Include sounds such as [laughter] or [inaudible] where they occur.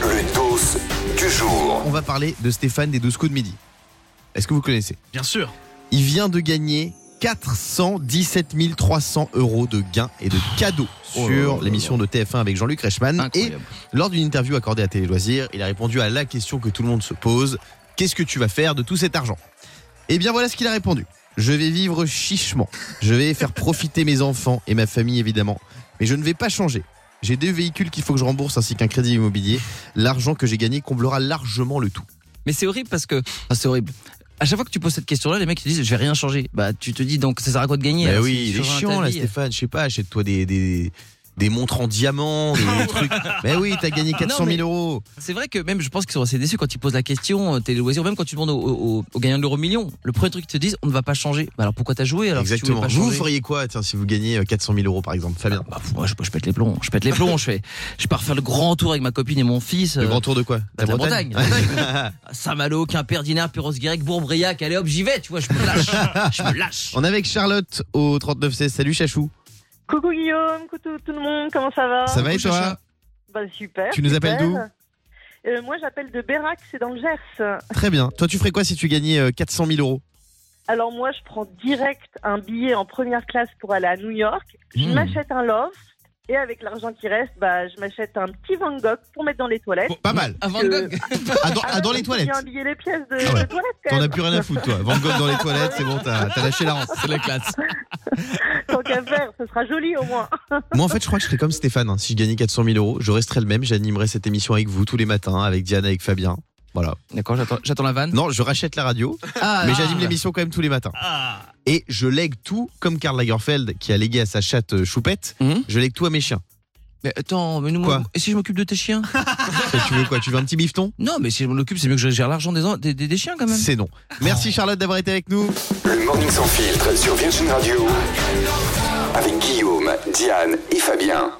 Le dos du jour. On va parler de Stéphane des 12 coups de midi. Est-ce que vous connaissez Bien sûr. Il vient de gagner 417 300 euros de gains et de cadeaux Oh là là sur là l'émission de TF1 avec Jean-Luc Reichmann. Et Incroyable. lors d'une interview accordée à Télé Loisirs, il a répondu à la question que tout le monde se pose qu'est-ce que tu vas faire de tout cet argent Eh bien, voilà ce qu'il a répondu. Je vais vivre chichement. Je vais [laughs] faire profiter mes enfants et ma famille, évidemment. Mais je ne vais pas changer. J'ai deux véhicules qu'il faut que je rembourse ainsi qu'un crédit immobilier. L'argent que j'ai gagné comblera largement le tout. Mais c'est horrible parce que. Enfin, c'est horrible. À chaque fois que tu poses cette question-là, les mecs ils disent je vais rien changer. Bah tu te dis donc ça sert à quoi de gagner Bah hein, oui, si il tu est changes chiant ta là, vie Stéphane. Je sais pas, achète-toi des, des, des montres en diamant, [laughs] des, des trucs. Mais oui, t'as gagné 400 Ah, mais- 000 euros. C'est vrai que même je pense qu'ils sont assez déçus quand ils posent la question, euh, t'es les loisirs, même quand tu demandes aux au, au gagnants de l'euro million, le premier truc qu'ils te disent on ne va pas changer. Bah alors pourquoi t'as joué alors si tu voulais Exactement. pas vous changer feriez quoi tiens, si vous gagnez euh, 400 000 euros par exemple, Fabien Bah, pff, moi, je, je pète les plombs, je pète [laughs] les plombs, je fais, je pars faire le grand tour avec ma copine et mon fils. Le euh, grand tour de quoi bah, de la Bretagne. [laughs] Saint-Malo, Quimper, Dinard, Perros-Guirec, Bourbriac, allez hop, j'y vais, tu vois, je me lâche, je me lâche. On est avec Charlotte au 3916. Salut Chachou. Coucou Guillaume, coucou tout le monde, comment ça va Ça va et toi Chacha. Bah, Super. Tu nous super. appelles d'où Euh, Moi j'appelle de Bérac, c'est dans le Gers. Très bien. Toi, tu ferais quoi si tu gagnais euh, 400 000 euros Alors moi je prends direct un billet en première classe pour aller à New York, je Hmm. m'achète un loft et avec l'argent qui reste, bah, je m'achète un petit Van Gogh pour mettre dans les toilettes. Pas mal. À Van Gogh. Ah, dans, ah, dans les Il y toilettes. a un billet les pièces de, Ah ouais. de toilettes quand T'en as même. plus rien à foutre, toi. Van Gogh dans les toilettes, c'est bon, t'as t'as lâché la rente. C'est la classe. [laughs] Tant qu'à faire, ce sera joli au moins. Moi, en fait, je crois que je serais comme Stéphane. hein. Si je gagnais 400 000 euros, je resterais le même. J'animerais cette émission avec vous tous les matins, avec Diane, avec Fabien. Voilà. D'accord, j'attends- j'attends la vanne. Non, je rachète la radio, Ah, mais ah. j'anime l'émission quand même tous les matins. Ah. Et je lègue tout, comme Karl Lagerfeld qui a légué à sa chatte euh, Choupette, Mhm. je lègue tout à mes chiens. Mais attends, mais nous, Quoi moi- et si je m'occupe de tes chiens Ah. Et tu veux quoi Tu veux un petit bifton Non, mais si je m'en occupe, c'est mieux que je gère l'argent des, en- des, des- des chiens quand même. C'est non. Merci Charlotte d'avoir été avec nous. Le Morning Sans Filtre sur Virgin Radio. Avec Guillaume, Diane et Fabien.